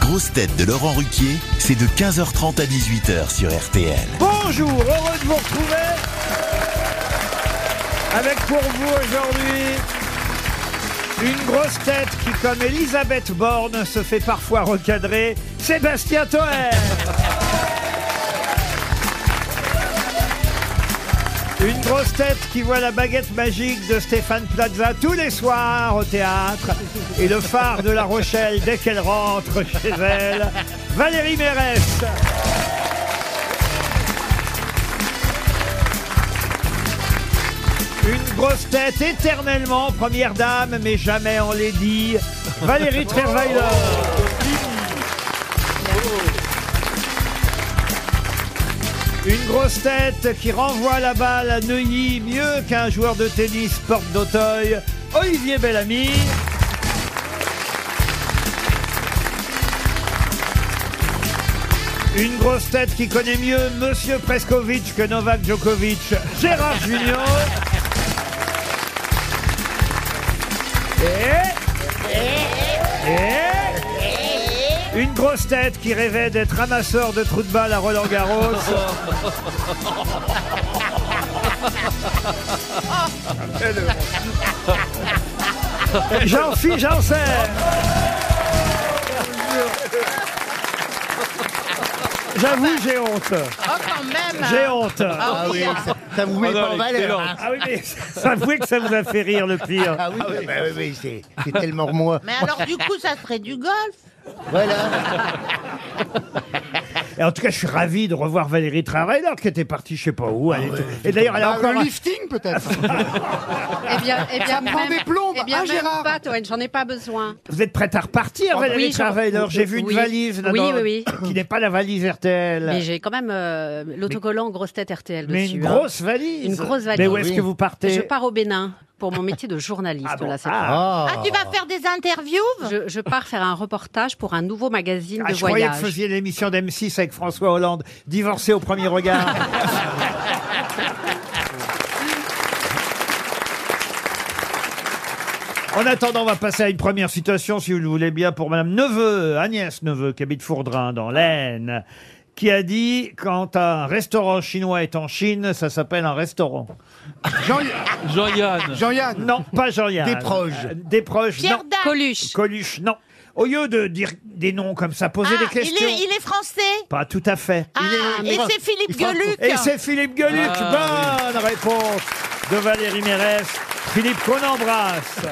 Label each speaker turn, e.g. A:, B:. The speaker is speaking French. A: grosses têtes de Laurent Ruquier, c'est de 15h30 à 18h sur RTL.
B: Bonjour, heureux de vous retrouver avec pour vous aujourd'hui une grosse tête qui, comme Elisabeth Borne, se fait parfois recadrer, Sébastien Toer. Une grosse tête qui voit la baguette magique de Stéphane Plaza tous les soirs au théâtre et le phare de La Rochelle dès qu'elle rentre chez elle, Valérie Mérès. Une grosse tête éternellement première dame, mais jamais en lady, Valérie Trierweiler. Une grosse tête qui renvoie la balle à Neuilly mieux qu'un joueur de tennis porte d'Auteuil, Olivier Bellamy. Une grosse tête qui connaît mieux Monsieur Preskovic que Novak Djokovic, Gérard Junior. Et- et- Une grosse tête qui rêvait d'être ramasseur de trous de balle à Roland Garros. J'en suis, j'en sais. J'avoue, j'ai honte.
C: Oh, quand même
B: J'ai honte.
D: Ah oui, ça, ça vous met
E: Ah non,
D: pas en
E: elle
D: valeur.
E: excellente.
D: hein.
B: Ah oui, mais avouez que ça vous a fait rire le pire.
D: Ah oui, bah oui, oui, c'est c'est tellement moi.
C: Mais alors, du coup, ça serait du golf
D: Voilà.
B: Et en tout cas, je suis ravi de revoir Valérie Travailleur qui était partie, je sais pas où. elle
F: Ah
B: était- Et d'ailleurs, elle a
F: Bah,
B: encore.
G: Un lifting peut-être
F: Eh bien, eh bien,
G: prend
F: même-
G: des plombes,
F: eh bien,
G: hein,
D: Ah,
F: même
G: Gérard
F: pas, Toen, j'en ai pas besoin.
B: Vous êtes prête à repartir, Valérie
F: oui, je-
B: Travailleur J'ai vu une
F: oui.
B: valise là,
F: Oui,
B: dans-
F: oui,
B: qui n'est pas la valise RTL.
F: Mais j'ai quand même euh, l'autocollant grosse tête RTL
B: Mais
F: dessus.
B: une
F: hein.
B: grosse valise.
F: Une grosse valise.
B: Mais où est-ce
F: Oui.
B: que vous partez
F: Je pars au Bénin pour mon métier de journaliste
B: Ah bon,
F: là cette
B: ah.
D: Ah.
C: Ah, tu vas faire des interviews
F: fois. Je, je pars faire un reportage pour un nouveau magazine
B: Ah,
F: de
B: je croyais que
F: voyage.
B: vous faisiez l'émission d'M6 avec François Hollande, divorcé au premier regard. En attendant, on va passer à une première citation, si vous le voulez bien, pour Madame Neveu, Agnès Neveu, qui habite Fourdrin, dans l'Aisne, qui a dit « Quand un restaurant chinois est en Chine, ça s'appelle un restaurant.
G: Jean-
E: Jean-Yann.
G: Jean-Yann »
B: Non, pas Jean-Yann.
D: Des proches.
B: Euh, Des proches,
C: Pierre
B: non.
C: Dac
F: Coluche.
B: Coluche, non. Au lieu de dire des noms comme ça,
C: Ah,
B: poser des
C: il
B: questions.
C: est, il est français
B: Pas tout à fait.
C: Ah,
D: est-
C: et
D: il est-
C: c'est Philippe
D: il est-
C: Gueluc
B: Et c'est Philippe Gueluc.
E: Ah,
B: Bonne réponse de Valérie Mérès. Philippe qu'on embrasse.